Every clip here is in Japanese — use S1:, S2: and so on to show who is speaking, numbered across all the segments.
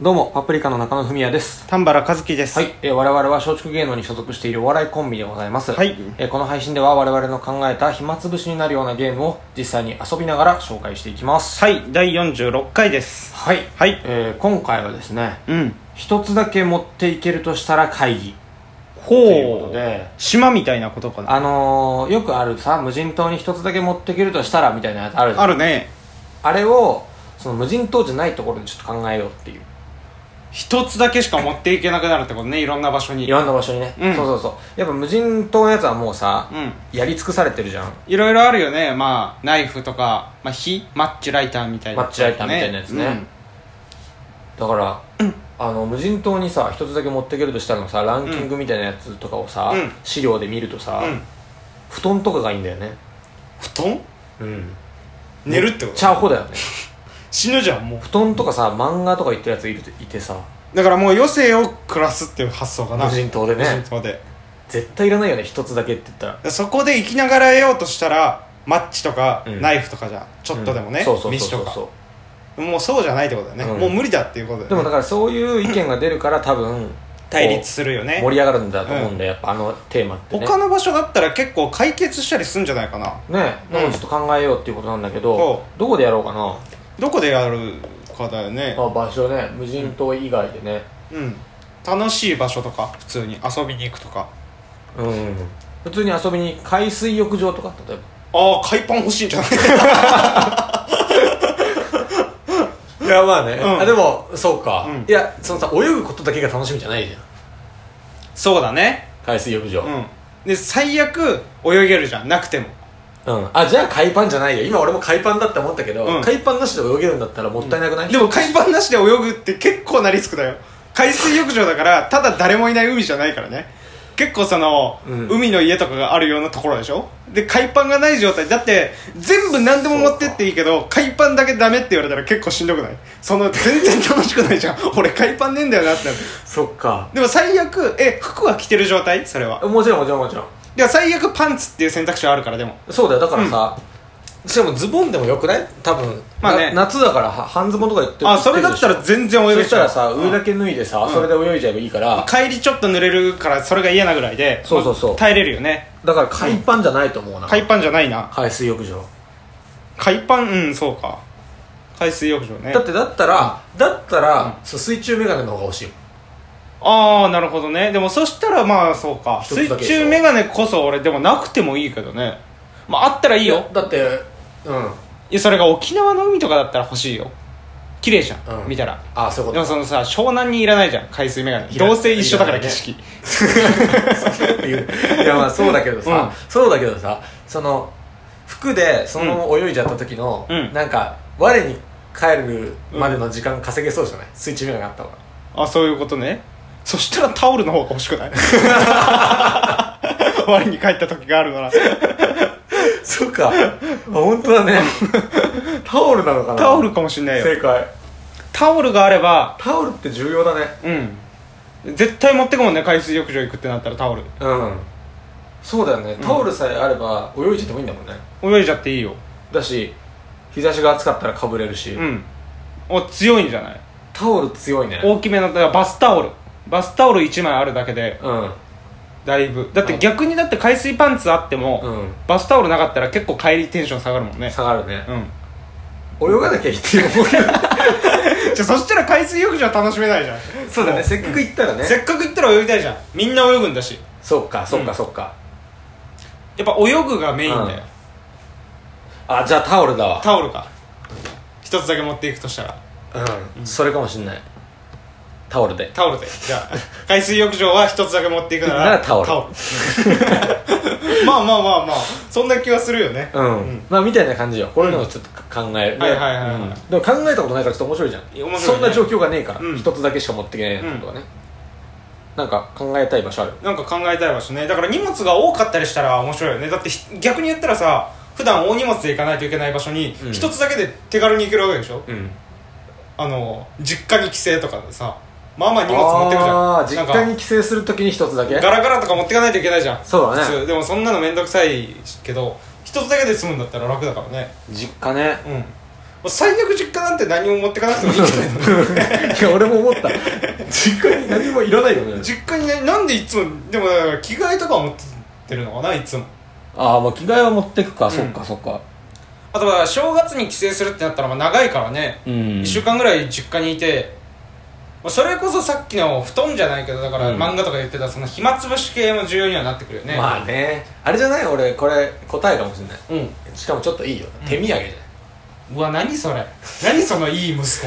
S1: どうも、パプリカの中野文也です。
S2: 丹原和樹です。
S1: はい。、えー我々は松竹芸能に所属しているお笑いコンビでございます。
S2: はい
S1: えーこの配信では我々の考えた暇つぶしになるようなゲームを実際に遊びながら紹介していきます。
S2: はい、第46回です。
S1: はい。
S2: はい
S1: えー今回はですね、
S2: うん。
S1: 一つだけ持っていけるとしたら会議というこ
S2: ほ
S1: と
S2: う。
S1: で、
S2: 島みたいなことかな。
S1: あのーよくあるさ、無人島に一つだけ持っていけるとしたらみたいなやつあるじゃん
S2: あるね。
S1: あれを、その無人島じゃないところでちょっと考えようっていう。
S2: 一つだけしか持っていけなくなるってことね、いろんな場所に。
S1: いろんな場所にね、
S2: うん
S1: そうそうそうやっぱ無人島のやつはもうさ、
S2: うん。
S1: やり尽くされてるじゃん
S2: いろいろあるよね。まあ、ナイフとか、まあ、火、マッチライターみたいな、
S1: マッチライターみたいなやつねだから、あの無人島にさ一つだけ持っていけるとしたらのさランキングみたいなやつとかをさ、
S2: うん
S1: 資料で見るとさ、
S2: うん。うん。
S1: 布団とかがいいんだよね
S2: 布団
S1: うん
S2: 寝るってこ
S1: ち
S2: と
S1: ゃアホだよね
S2: 死ぬじゃん、もう。
S1: 布団とかさ漫画とか言ってるやついるいてさ
S2: だからもう余生を暮らすっていう発想かな。
S1: 無人島で
S2: 無人
S1: ね
S2: 島で。
S1: 絶対いらないよね一つだけって言ったら
S2: でそこで生きながら得ようとしたら、マッチとか、
S1: うん
S2: ナイフとかじゃ、ちょっとでもね、
S1: うんそうそう
S2: 飯
S1: そ
S2: と
S1: う
S2: か。
S1: そ
S2: もうそうじゃないってことだよね、
S1: うん
S2: もう無理だっていうこ
S1: う
S2: とだよ、ね、
S1: でもだからそういう意見が出るから多分
S2: 対立するよ
S1: こう
S2: ね
S1: 盛り上がるんだと思うんだよ、やっぱあのテーマってね
S2: 他の場所だったら結構解決したりすんじゃないかな
S1: ね
S2: うん
S1: なんかちょっと考えようっていうことなんだけど
S2: そ、
S1: どこでやろうかな
S2: どこでやるかだよね
S1: あ場所ね無人島以外でね
S2: うん楽しい場所とか普通に遊びに行くとか
S1: うん普通に遊びに海水浴場とか例え
S2: ああ海パン欲しいんじゃない
S1: ばいやまあね、
S2: うん
S1: あでもそうか、
S2: うん
S1: いやそのさ泳ぐことだけが楽しみじゃないじゃん
S2: そうだね
S1: 海水浴場う、
S2: うんんで最悪泳げるじゃんなくても
S1: あじゃあ海パンじゃないよ今俺も海パンだって思ったけど、
S2: うん
S1: 海パンなしで泳げるんだったらもったいなくない、
S2: でも海パンなしで泳ぐって結構なリスクだよ海水浴場だからただ誰もいない海じゃないからね結構その、
S1: うん
S2: 海の家とかがあるようなところでしょで海パンがない状態だって全部何でも持ってっていいけど海パンだけダメって言われたら結構しんどくないその全然楽しくないじゃん 俺海パンねえんだよなってなる
S1: そっか
S2: でも最悪え服は着てる状態それは
S1: もちろんもちろんもちろん
S2: いや最悪パンツっていう選択肢はあるからでも
S1: そうだよだからさ、しかもズボンでもよくない多分、
S2: まあね
S1: な夏だからは半ズボンとか言って
S2: あそれだった
S1: 言
S2: ら
S1: ってるでし
S2: 全然
S1: ょ
S2: 泳
S1: そ
S2: げ
S1: したらさ、
S2: うん
S1: 上だけ脱いでさ、それで泳いじゃえばいいから、
S2: 帰りちょっと濡れるからそれが嫌なぐらいで
S1: そうそうそう
S2: まあ耐えれるよね
S1: だから海パンじゃないと思うな、
S2: 海パンじゃないな
S1: 海水浴場、
S2: 海パンうんそうか海水浴場ね
S1: だってだったら、だったら、そう水中メガネの方が欲しいもん
S2: ああなるほどねでもそしたらまあそうか
S1: 一つ
S2: 水
S1: だけでしょ
S2: 中メガネこそ俺でもなくてもいいけどねまああったらいいよ
S1: だってうん
S2: いやそれが沖縄の海とかだったら欲しいよ綺麗じゃん、
S1: うん
S2: 見たら
S1: あそういう
S2: で
S1: こ
S2: もそのさ湘南にいらないじゃん海水メガネ
S1: いら
S2: どうせ一緒だから
S1: いら
S2: 景
S1: ないね
S2: 色、
S1: といやまあそうだけどさ、そうだけどさその服でそのまま泳いじゃった時の、
S2: うん
S1: なんか我に帰るまでの時間稼げそうじゃない、水中メガネあった方が
S2: あそういうことねそしたらタオルの方が欲しくない 我に帰った時があるなら
S1: そうか。あ、本当だ ね。タオルなのかな
S2: タオルかもしんないよ
S1: 正解。
S2: タオルがあれば
S1: タオルって重要だね。
S2: うん絶対持ってくもんね海水浴場行くってなったらタオル
S1: うん。そうだよね。タオルさえあれば泳いじゃってもいいんだもんね。
S2: 泳いじゃっていいよ
S1: だし、日差しが暑かったらかぶれるし。
S2: うんお強いんじゃない
S1: タオル強いね。
S2: 大きめのだからバスタオルバスタオル1枚あるだけで
S1: うん。
S2: だいぶだって逆にだって海水パンツあっても、
S1: うん。
S2: バスタオルなかったら結構帰りテンション下がるもんね
S1: 下がるね
S2: う。ん
S1: 泳がなきゃいいって思うけど。
S2: じゃあそしたら海水浴場は楽しめないじ ゃん
S1: そうだね。せっかく行ったらね。
S2: せっかく行ったら泳ぎたいじゃんみんな泳ぐんだし
S1: そっか、そっ
S2: う
S1: か、
S2: ん
S1: そっか。
S2: やっぱ泳ぐがメインだよ、
S1: うんあ、じゃあタオルだわ。
S2: タオルか一つだけ持っていくとしたら
S1: うん。それかもしんない。タオルで。
S2: タオルでじゃあ海水浴場は一つだけ持っていくなら
S1: ならタオル
S2: まあまあまあまあそんな気はするよね
S1: うん、まあみたいな感じよこういうのをちょっと考える、
S2: はいはいはいはい
S1: うんでも考えたことないからちょっと面白いじゃん
S2: いや面白いね
S1: そんな状況がねえから
S2: うん
S1: 一、つだけしか持っていけないってことはね、なんか考えたい場所ある
S2: なんか考えたい場所ねだから荷物が多かったりしたら面白いよねだってひ逆に言ったらさ普段大荷物で行かないといけない場所に
S1: うん
S2: 一つだけで手軽に行けるわけでしょ、
S1: うん
S2: あの実家に帰省とかでさまあまあ荷物持ってくじゃん
S1: あー実家
S2: なん
S1: に帰省するときに一つだけ
S2: かガラガラとか持ってかないといけないじゃん
S1: そうだね
S2: 普通でもそんなの面倒くさいけど一つだけで済むんだったら楽だからね
S1: 実家ね
S2: うんう最悪実家なんて何も持ってかなくてもいいんじゃないの
S1: いや俺も思った実家に何もいらないよね
S2: 実家にねなんでいつもでもだから着替えとかは持ってるのかないつも
S1: ああまあ着替えは持ってくか、そっ
S2: う
S1: か
S2: ん
S1: そっか
S2: あとは正月に帰省するってなったらまあ長いからね、
S1: うん
S2: 1週間ぐらい実家にいてまあそれこそさっきの布団じゃないけどだから
S1: うん
S2: 漫画とか言ってたその暇つぶし系も重要にはなってくるよね
S1: まあねあれじゃない俺これ答えかもしれな
S2: うん
S1: いしかもちょっといいよ、手土産じゃ ないう
S2: わ何それ何そのいい 息子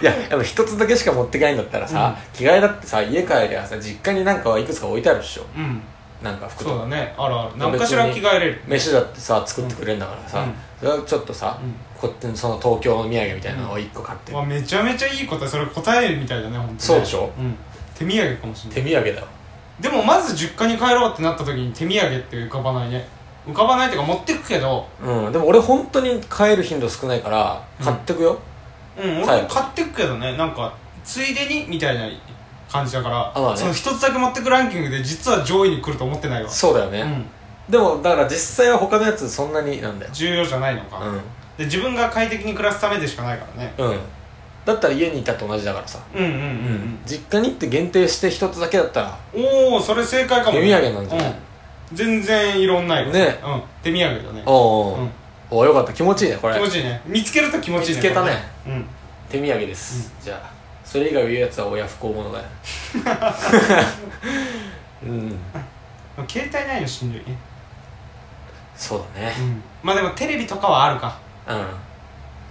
S1: いやでも一つだけしか持っていないんだったらさ、着替えだってさ家帰りゃさ実家になんかはいくつか置いてあるでしょ
S2: うん
S1: なんか服
S2: そう
S1: とか
S2: だねあるある何かしら着替えれる
S1: 飯だってさ作ってくれるんだからさ、
S2: うん
S1: それはちょっとさ、
S2: うん
S1: こっちのその東京の土産みたいなのを一個買って、
S2: わめちゃめちゃいい答えそれ答えみたいだね本当ね
S1: そうでしょ
S2: うん手土産かもしれな
S1: 手
S2: い
S1: 土産だよ
S2: でもまず実家に帰ろうってなった時に手土産って浮かばないね浮かばないっていうか持ってくけど
S1: うんでも俺本当に帰る頻度少ないから
S2: うん
S1: 買ってくよ、
S2: うん
S1: は
S2: 俺
S1: い
S2: も買ってくけどねなんかついでにみたいな感じだから、
S1: あまあね
S2: その一つだけ持ってくランキングで実は上位に来ると思ってないわ
S1: そうだよね、
S2: うん
S1: でもだから実際は他のやつそんなになんだよ
S2: 重要じゃないのか、
S1: う
S2: で自分が快適に暮らすためでしかないからね
S1: んうんだったら家にいたと同じだからさ、
S2: うんうんうん
S1: 実家にって限定して一つだけだったら
S2: うん、おおそれ正解かも、
S1: 手土産なんじゃない
S2: うん、全然異論ないわ
S1: ね
S2: うん、手土産だね
S1: おー
S2: うん
S1: おーよかった気持ちいいねこれ
S2: 気持ちいいね見つけると気持ちいいね
S1: 見つけたね
S2: これね
S1: 手土産です、じゃあそれ以外を言うやつは親不幸者だ ようん
S2: うん携帯ないのしんどいね
S1: そうだね
S2: うんまあでもテレビとかはあるか
S1: うん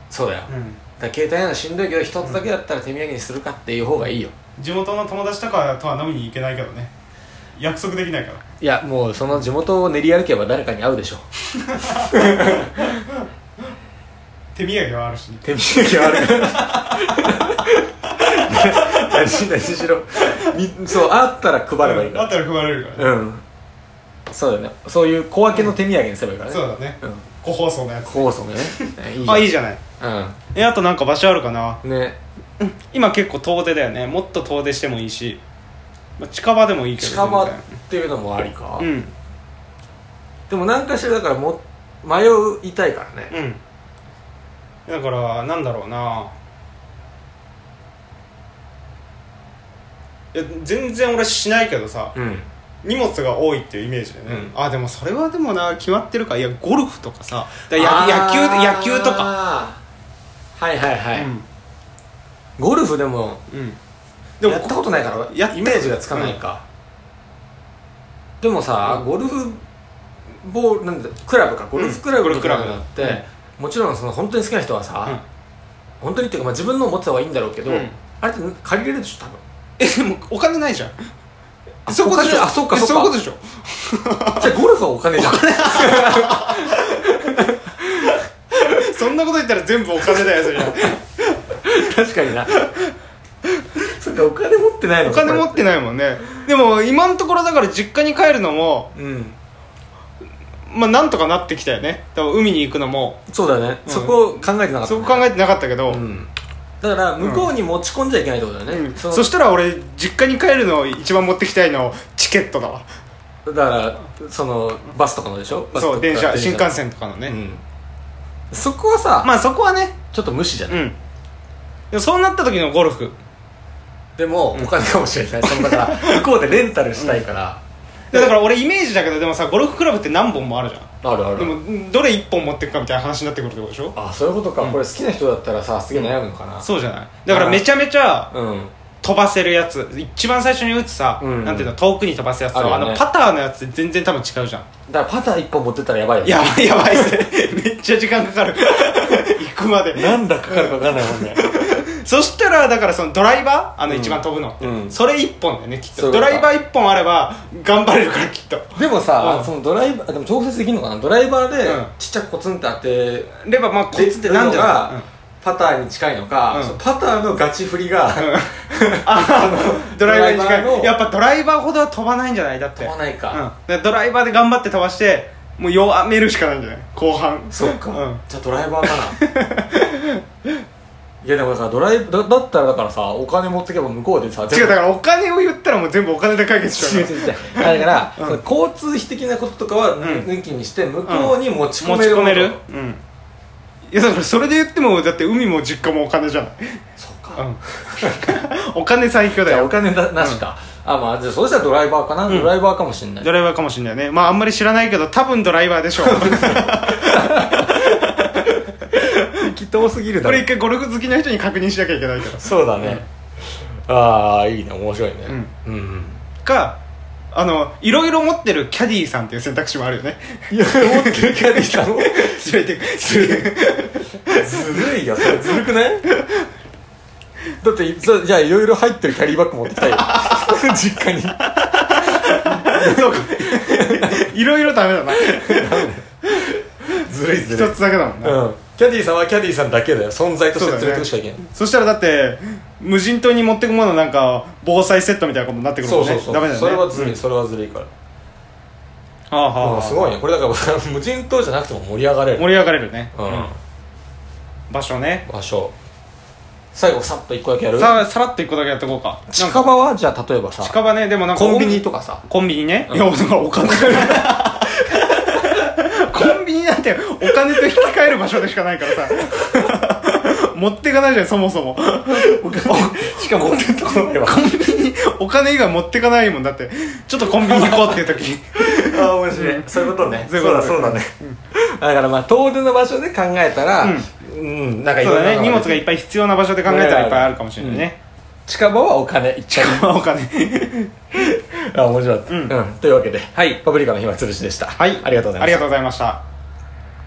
S1: そうだよ
S2: うん
S1: だから携帯なのしんどいけど一つだけだったら手土産にするかっていう方がいいよ
S2: 地元の友達とかとは飲みに行けないけどね約束できないから
S1: いやもうその地元を練り歩けば誰かに会うでしょ
S2: 手土産はあるしね
S1: 手土産は ある何何しろみそうあったら配ればいい
S2: あ
S1: か
S2: ったら配られるからね
S1: らうんそうだよねそういう小分けの手土産にすればいいから
S2: そう
S1: ね
S2: だね
S1: うん
S2: 個包装のやつ
S1: 酵 素ねいい
S2: あいい
S1: じ
S2: じゃない
S1: ゃん
S2: えあとなんか場所あるかな
S1: うんね
S2: 今結構遠出だよねもっと遠出してもいいし、まあ近場でもいいけど
S1: 近場っ
S2: 全
S1: ていうのもありか、
S2: 然うん
S1: でも何かしらだからも迷いたいからね
S2: うんだからなんだろうないや全然俺しないけどさ
S1: うん
S2: 荷物が多いっていうイメージだよね、
S1: うん
S2: あでもそれはでもな決まってるかいやゴルフとかさだ
S1: あー
S2: や野球野球とか
S1: はいはいはい、ゴルフでも
S2: うん、うん、
S1: でもやったことないから
S2: やった
S1: イメージがつかないか、でもさ、
S2: うん
S1: ゴルフボールなんだクラブかゴルフクラ
S2: ゴ
S1: ブ
S2: ル
S1: と
S2: フ
S1: か
S2: クラブ
S1: になって、もちろんその本当に好きな人はさ、
S2: うん
S1: 本当にっていうか、まあ、自分のを持ってた方がいいんだろうけど、
S2: うん
S1: あれって借りれるでしょ多分
S2: えでもお金ないじゃん
S1: あ
S2: そういうことでしょ
S1: あそっか
S2: え
S1: そっか
S2: そういうことでしょ
S1: じゃあゴルフはお金じゃん
S2: そんなこと言ったら全部お金だ よそれ
S1: 確かにな そっかお金持ってないの
S2: お
S1: か
S2: 金持ってないもんねでも今のところだから実家に帰るのも
S1: うん
S2: まあなんとかなってきたよね多分海に行くのも
S1: そうだね、
S2: うん
S1: そこを考えてなかった、ね、
S2: そこ考えてなかったけど、
S1: うんだから向こうに持ち込んじゃいけないってことだよね、
S2: うん
S1: その
S2: そしたら俺実家に帰るの一番持ってきたいのチケットだわ
S1: だからそのバスとかのでしょバスと
S2: そ
S1: か
S2: う電車
S1: の
S2: 新幹線とかのね、
S1: うんそこはさ、
S2: まあそこはね
S1: ちょっと無視じゃ
S2: う
S1: ない、
S2: んでもそうなった時のゴルフ
S1: でも、お金かもしれないそのだから 向こうでレンタルしたいから、
S2: でだから俺イメージだけどでもさゴルフクラブって何本もあるじゃん
S1: あるあ
S2: でもどれ1本持ってくかみたいな話になってくるってことでしょ
S1: あそういうことか、
S2: うん
S1: これ好きな人だったらさすげえ悩むのかな
S2: そうじゃないだからめちゃめちゃ
S1: うん、
S2: 飛ばせるやつ一番最初に打つさ、
S1: うん
S2: なんていうの遠くに飛ばすやつと
S1: ある
S2: あ,、
S1: よね
S2: のパターのやつって全然多分違うじゃん
S1: だからパター1本持って ったらやばいよね
S2: やばいやばいっすねめっちゃ時間か かる行くまで
S1: なんだかかるか分かんないもんね
S2: そしたらだからそのドライバーあの
S1: うん
S2: 一番飛ぶのって、
S1: うん
S2: それ1本だよねきっ
S1: そうい
S2: と
S1: うこと
S2: ド
S1: か
S2: ライバー1本あれば頑張れるからきっと
S1: でもさ、
S2: うん
S1: そのドライバーでも調節できるのかなドライバーで
S2: うん
S1: ちっちゃくコツンって当て
S2: レバーまあコツってなんじゃ
S1: が、
S2: ない、うん
S1: パターに近いのか、
S2: うん
S1: そのパターのガチ振りが、
S2: あのドライバー
S1: ドライ
S2: に
S1: バー
S2: 近
S1: の
S2: いやっぱドライバーほどは飛ばないんじゃないだって
S1: 飛ばないか、
S2: うん、でドライバーで頑張って飛ばしてもう弱めるしかないんじゃない後半
S1: そっか、
S2: うん
S1: じゃあドライバーかな いやでもさドライだだったらだからさお金持ってけば向こうでさ
S2: 違うだ
S1: う
S2: からお金を言ったらもう全部お金で解決しち
S1: 違
S2: ゃ
S1: う
S2: うか
S1: 違う違う だから、
S2: うん
S1: その交通費的なこととかは
S2: ん
S1: 抜きにして向こうに持ち
S2: ら
S1: 込
S2: 持
S1: め
S2: ち
S1: る
S2: 込
S1: もの
S2: める、うん、いやだからそれで言ってもだって海も実家もお金じゃない、
S1: そう
S2: う
S1: か
S2: ん、お金最強だ
S1: じゃあお
S2: よ
S1: 金だなしか、あまあじゃあそうしたらドライバーかな、ドライバーかもしれない
S2: ドライバーかもしれないねまああんまり知らないけど多分ドライバーで しょう
S1: 適当すぎる
S2: これ一回ゴルフ好きな人に確認しなきゃいけないから
S1: そうだね、ああいいね面白いねうん、うん、
S2: かあのいろいろ持ってるキャディーさんっていう選択肢もあるよね
S1: いや持ってるキャディさん
S2: 連れてく
S1: ずるいよそれずるくないだってそじゃあいろいろ入ってるキャリーバッグ持ってきたいよ 実家に
S2: そうかいろいろダメだな
S1: ずるい
S2: 一つだけだもん
S1: う
S2: な、
S1: んキャディーさんはキャディーさんだけだよ存在として連れてくしかいけない
S2: そしたらだって無人島に持ってくものなんか防災セットみたいなことになってくる
S1: そ
S2: も
S1: うん
S2: ね
S1: そうそう
S2: ダメだよね
S1: それはずるい、
S2: うん
S1: それはずるいから
S2: はあはあは
S1: う
S2: あ
S1: んすごいねこれだから無人島じゃなくても盛り上がれる
S2: 盛り上がれるね、
S1: うん
S2: うん場所ね
S1: 場所最後さっと一個だけやる
S2: ささらっと一個だけやっていこうか
S1: 近場はじゃあ例えばさ
S2: 近場ねでもなんか
S1: コンビニとかさ
S2: コンビニね、
S1: うん
S2: いやだからお金コンビニなんてお金と引き換える場所でしかないからさ持ってかないじゃんそもそも
S1: しかも持ってるところでは
S2: コンビニお金以外持ってかないもんだってちょっとコンビニ行こうっていう時に
S1: ああ面白いそういうことね
S2: そういうことね
S1: だねだからまあ遠出の場所で考えたらうんなんかい
S2: そ
S1: ろ
S2: う
S1: いろ
S2: だ
S1: な
S2: ね
S1: の
S2: 荷物がいっぱい必要な場所で考えたらいっぱいあるかもしれないね、
S1: 近場はお金一回
S2: まあ お金
S1: あ面白かったうんというわけで
S2: はい
S1: パプリカの暇つぶしでした
S2: はい
S1: ありがとうございま
S2: あ
S1: し
S2: り
S1: た
S2: がとうございました